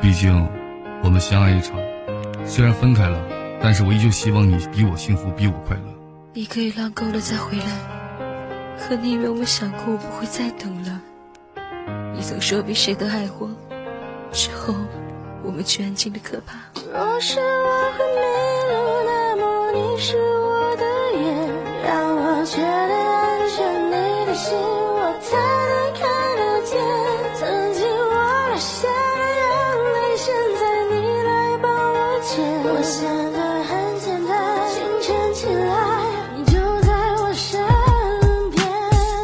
毕竟我们相爱一场，虽然分开了，但是我依旧希望你比我幸福，比我快乐。你可以浪够了再回来，可你以为我想过我不会再等了？你总说比谁都爱我，之后我们却安静的可怕。若是我很迷路，那么你是我的眼，让我觉得安全。你的心我才能看得见。曾经我流下的眼泪，现在你来帮我捡。我想的很简单，清晨起来，你就在我身边。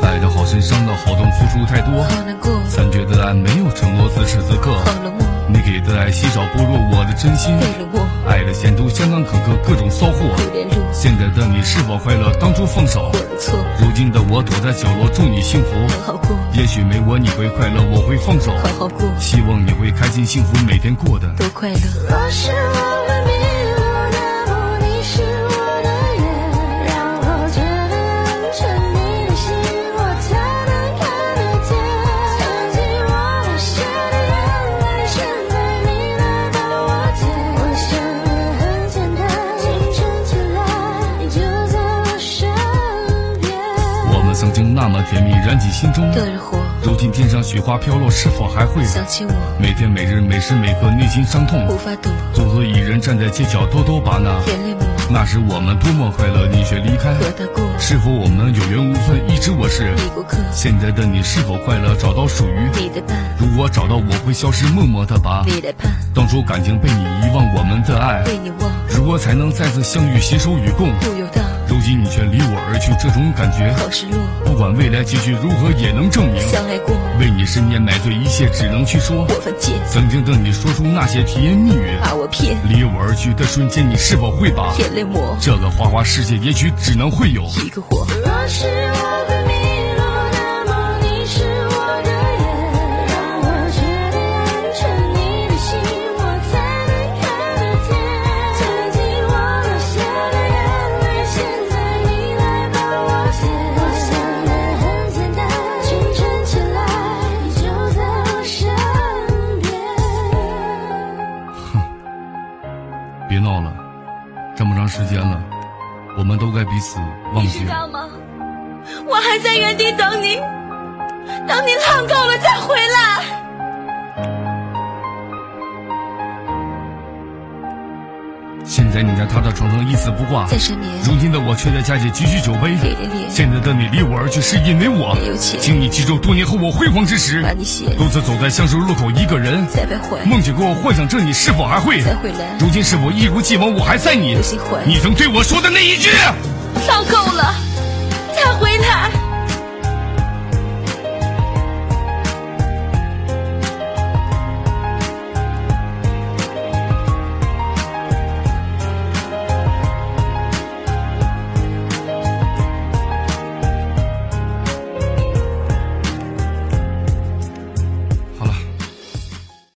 爱的好深，伤的好痛，付出太多，好难过，残缺的爱没有承诺，自始至刻，好冷漠，你给的爱稀少，不如我的真心。被冷漠，爱的前途相当坎坷，各种骚货。有点路，现在的你是否快乐？当初放手我，的错，如今的我躲在角落，祝你幸福。很好过，也许没我你会快乐，我会放手，好好过，希望你会开心幸福，每天过得。多快乐。若是我会迷路，那么你是我的眼，让我觉得安全。你的心我才能看得见。曾经我流下的眼泪，现在你来帮我捡。我想的很简单，清晨起来，你就在我身边。我们曾经那么甜蜜，燃起心中。乐日火，如今天上雪花飘落，是否还会？想起我，每天每日每时每刻，内心伤痛无。法躲，独自一人站在街角，偷偷把那。眼泪抹，那时我们多么快乐，你却离开。和他过，是否我们有缘无分？一直我是。你过客，现在的你是否快乐？找到属于。你的伴，如果找到，我会消失，默默的把。你的盼，当初感情被你遗忘，我们的爱。被你忘，如果才能再次相遇，携手与共。不游荡，如今你却离我而去，这种感觉，好失落，不管未来结局如何，也能证明。相爱过，为你深夜买醉，一切只能去说。我犯贱，曾经的你说出那些甜言蜜语，把我骗，离我而去的瞬间，你是否会把眼泪抹，这个花花世界，也许只能会有。一个火。若是我会迷路，那么你是我的眼，让我觉得安全。你的心我才能看得见。曾经我流下的眼泪，现在你来帮我捡。我想的很简单，清晨起来，你就在我身边。别闹了，这么长时间了，我们都该彼此忘你记知。道吗？我还在原地等你，等你浪够了再回来。现在你在他的床上一丝不挂，在山年，如今的我却在家里举起酒杯。给了脸，现在的你离我而去，是因为我没有。钱请你记住，多年后我辉煌之时，把你写独自走在相识路口，一个人在徘徊，梦醒过后，幻想着你是否还会。再回来，如今是我一如既往，我还在你有。心怀，你曾对我说的那一句。浪够了，再回来。